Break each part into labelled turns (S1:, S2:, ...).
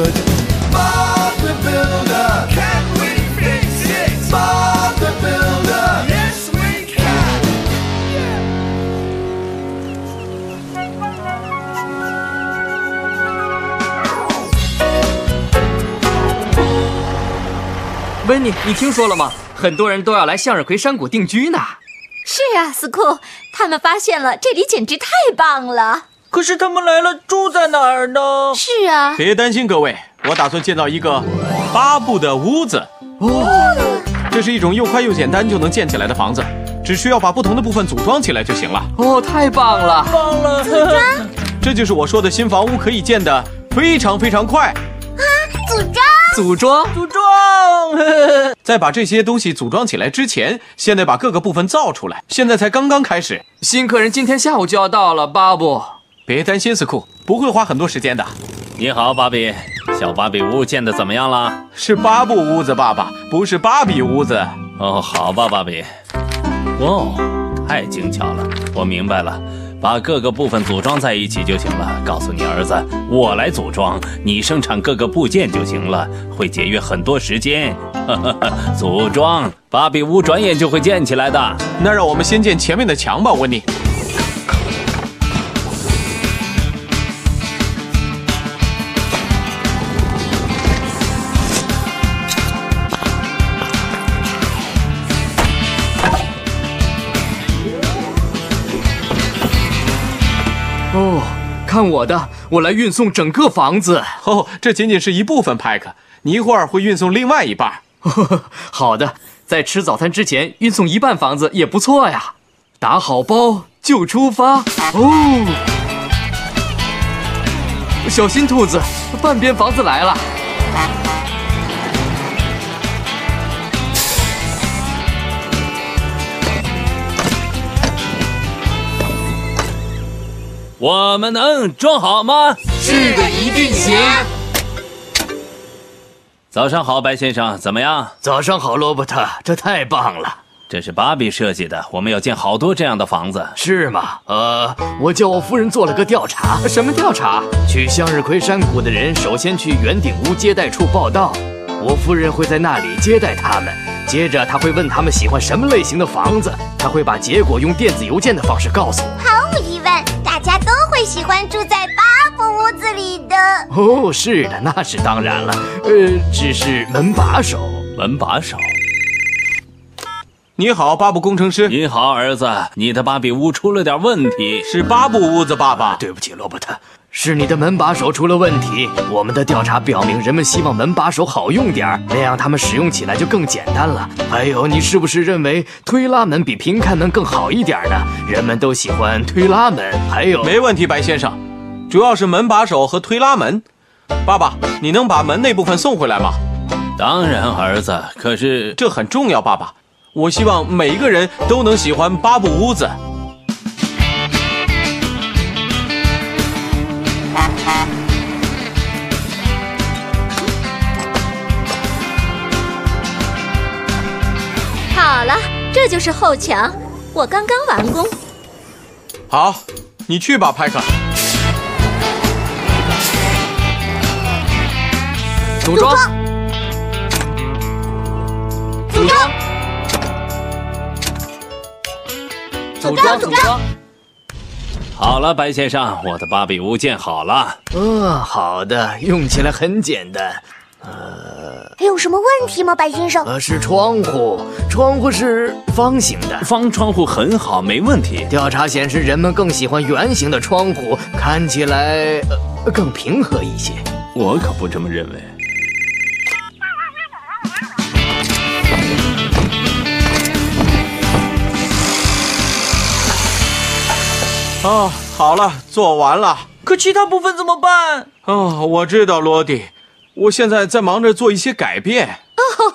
S1: Bob the Builder. Can we fix it? Bob the Builder. Yes, we can.
S2: 温妮，你听说了吗？很多人都要来向日葵山谷定居呢。
S3: 是啊，斯库，他们发现了，这里简直太棒了。
S4: 可是他们来了，住在哪儿呢？
S3: 是啊，
S5: 别担心，各位，我打算建造一个八步的屋子。哦，这是一种又快又简单就能建起来的房子，只需要把不同的部分组装起来就行了。
S2: 哦，太棒了！
S4: 忘了，呵呵
S5: 这就是我说的新房屋可以建的非常非常快。
S3: 组装
S2: 组装，
S4: 组装。呵呵
S5: 在把这些东西组装起来之前，先得把各个部分造出来。现在才刚刚开始，
S2: 新客人今天下午就要到了，巴布。
S5: 别担心，斯库不会花很多时间的。
S6: 你好，芭比，小芭比屋建的怎么样了？
S5: 是八步屋子，爸爸，不是芭比屋子。
S6: 哦，好吧，芭比。哦，太精巧了，我明白了，把各个部分组装在一起就行了。告诉你儿子，我来组装，你生产各个部件就行了，会节约很多时间。 哈哈哈，组装，芭比屋转眼就会建起来的。
S5: 那让我们先建前面的墙吧，温妮。
S2: 哦，看我的，我来运送整个房子。
S5: 哦，这仅仅是一部分，派克，你一会儿会运送另外一半儿。
S2: 好的，在吃早餐之前运送一半房子也不错呀。打好包就出发哦！小心兔子，半边房子来了。
S6: 我们能装好吗？
S2: 是的，一定行。
S6: 早上好，白先生，怎么样？
S2: 早上好，罗伯特，这太棒了。
S6: 这是芭比设计的，我们要建好多这样的房子。
S2: 是吗？呃，我叫我夫人做了个调查，什么调查？去向日葵山谷的人首先去圆顶屋接待处报到，我夫人会在那里接待他们。接着，她会问他们喜欢什么类型的房子，她会把结果用电子邮件的方式告诉我。
S7: 毫无疑问，大家都会喜欢住在八步屋子里的。
S2: 哦，是的，那是当然了。呃，只是门把手。
S6: 门把 手。
S5: 你好，巴布工程师，
S6: 你好，儿子，你的芭比屋出了点问题。
S5: 是巴布屋子爸爸。
S2: 对不起，罗伯特，是你的门把手出了问题。我们的调查表明，人们希望门把手好用点儿，那样他们使用起来就更简单了。还有，你是不是认为推拉门比平开门更好一点儿呢？人们都喜欢推拉门。哎还有，
S5: 没问题，白先生，主要是门把手和推拉门。爸爸，你能把门那部分送回来吗？
S6: 当然，儿子，可是
S5: 这很重要，爸爸。我希望每一个人都能喜欢巴布屋子。
S3: 好了，这就是后墙，我刚刚完工。
S5: 好，你去吧，派克。
S2: 组装，
S3: 组装，
S2: 组装，组装。
S6: 好了，白先生，我的芭比屋建好了。
S2: 嗯、好的，用起来很简单。
S7: 还有什么问题吗，白先生？
S2: 呃，是窗户，窗户是方形的。
S6: 方窗户很好，没问题。
S2: 调查显示，人们更喜欢圆形的窗户，看起来、呃、更平和一些。
S6: 我可不这么认为。
S5: 哦，好了，做完了。
S4: 可其他部分怎么办？
S5: 哦，我知道，罗迪。我现在在忙着做一些改变，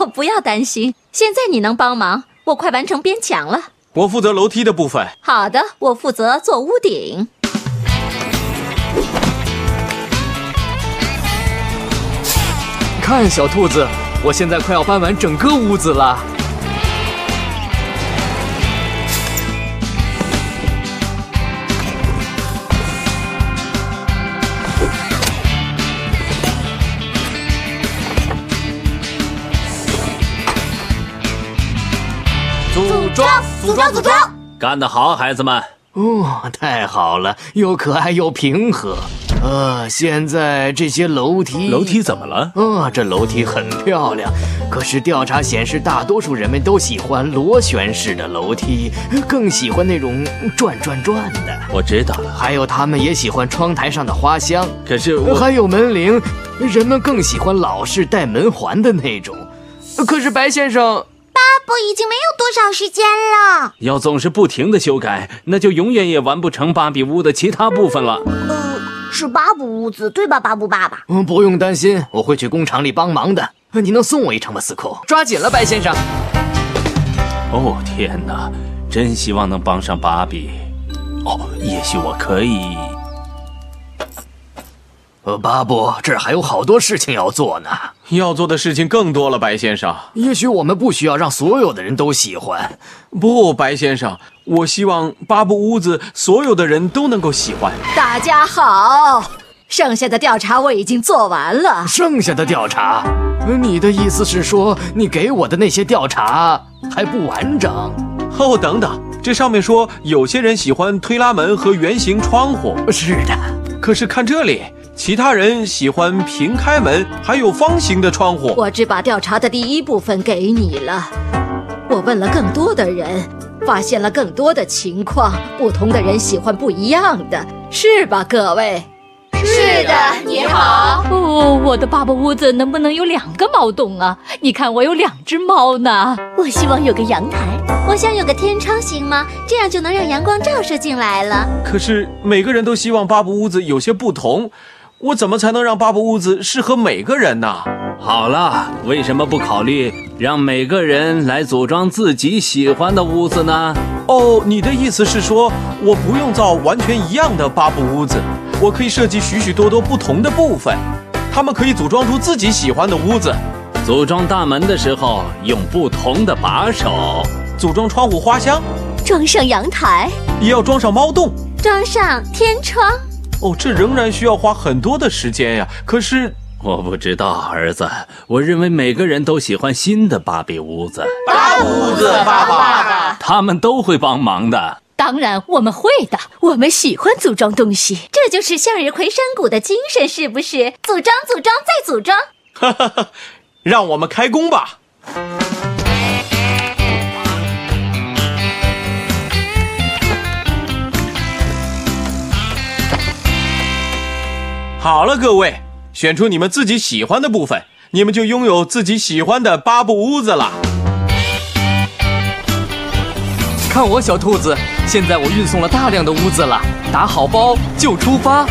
S3: 哦， 不要担心，现在你能帮忙，我快完成边墙了。
S5: 我负责楼梯的部分。
S3: 好的，我负责做屋顶。
S2: 看，小兔子，我现在快要搬完整个屋子了。
S6: 组装，
S7: 组装，组装。
S6: 干得好，孩子们！
S2: 哦，太好了，又可爱又平和。呃，现在这些楼梯，
S6: 楼梯怎么了？
S2: 啊，这楼梯很漂亮，可是调查显示，大多数人们都喜欢螺旋式的楼梯，更喜欢那种转转转的。
S6: 我知道了，
S2: 还有，他们也喜欢窗台上的花香，
S6: 可是我
S2: 还有门铃。人们更喜欢老式带门环的那种。可是白先生，
S7: 阿布已经没有多少时间了，
S6: 要总是不停的修改，那就永远也完不成芭比屋的其他部分了。
S7: 呃是巴布屋子对吧，巴布爸爸？
S2: 嗯，不用担心，我会去工厂里帮忙的。嗯你能送我一程吗，司空？抓紧了，白先生。
S6: 哦天哪，真希望能帮上芭比。哦，也许我可以。
S2: 呃，巴布，这儿还有好多事情要做呢。
S5: 要做的事情更多了，白先生。
S2: 也许我们不需要让所有的人都喜欢。
S5: 不，白先生，我希望巴布屋子所有的人都能够喜欢。
S3: 大家好，剩下的调查我已经做完了。
S2: 剩下的调查，呃你的意思是说，你给我的那些调查还不完整？
S5: 哦，等等，这上面说有些人喜欢推拉门和圆形窗户，
S2: 是的，
S5: 可是看这里，其他人喜欢平开门，还有方形的窗户。
S3: 我只把调查的第一部分给你了。我问了更多的人，发现了更多的情况，不同的人喜欢不一样的，是吧，各位？
S7: 是的，你好。
S8: 哦，我的爸爸屋子能不能有两个猫洞啊？你看我有两只猫呢。
S7: 我希望有个阳台，我想有个天窗，行吗？这样就能让阳光照射进来了。
S5: 可是每个人都希望巴布屋子有些不同，我怎么才能让巴布屋子适合每个人呢？
S6: 好了，为什么不考虑让每个人来组装自己喜欢的屋子呢？
S5: 哦，你的意思是说，我不用造完全一样的巴布屋子，我可以设计许许多多不同的部分，他们可以组装出自己喜欢的屋子。
S6: 组装大门的时候用不同的把手。
S5: 组装窗户花香，
S7: 装上阳台，
S5: 也要装上猫洞。
S7: 装上天窗，
S5: 哦，这仍然需要花很多的时间呀。可是，
S6: 我不知道，儿子，我认为每个人都喜欢新的芭比屋子，
S5: 巴布屋子爸爸，
S6: 他们都会帮忙的。
S8: 当然，我们会的，我们喜欢组装东西。
S3: 这就是向日葵山谷的精神，是不是？
S7: 组装，组装，再组装。
S5: 让我们开工吧。好了，各位，选出你们自己喜欢的部分，你们就拥有自己喜欢的巴布屋子了。
S2: 看我小兔子，现在我运送了大量的屋子了，打好包就出发。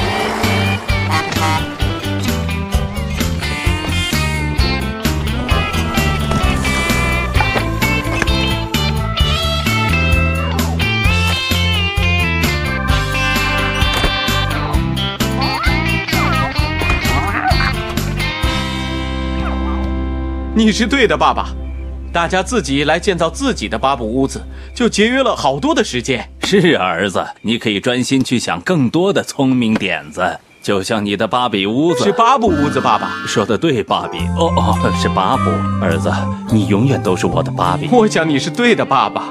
S5: 你是对的，爸爸。大家自己来建造自己的巴布屋子，就节约了好多的时间。
S6: 是啊儿子，你可以专心去想更多的聪明点子，就像你的芭比屋
S5: 是
S6: 子。
S5: 巴布屋子，爸爸。
S6: 说的对，芭比。哦哦，是巴布。儿子，你永远都是我的芭比。
S5: 我想你是对的，爸爸。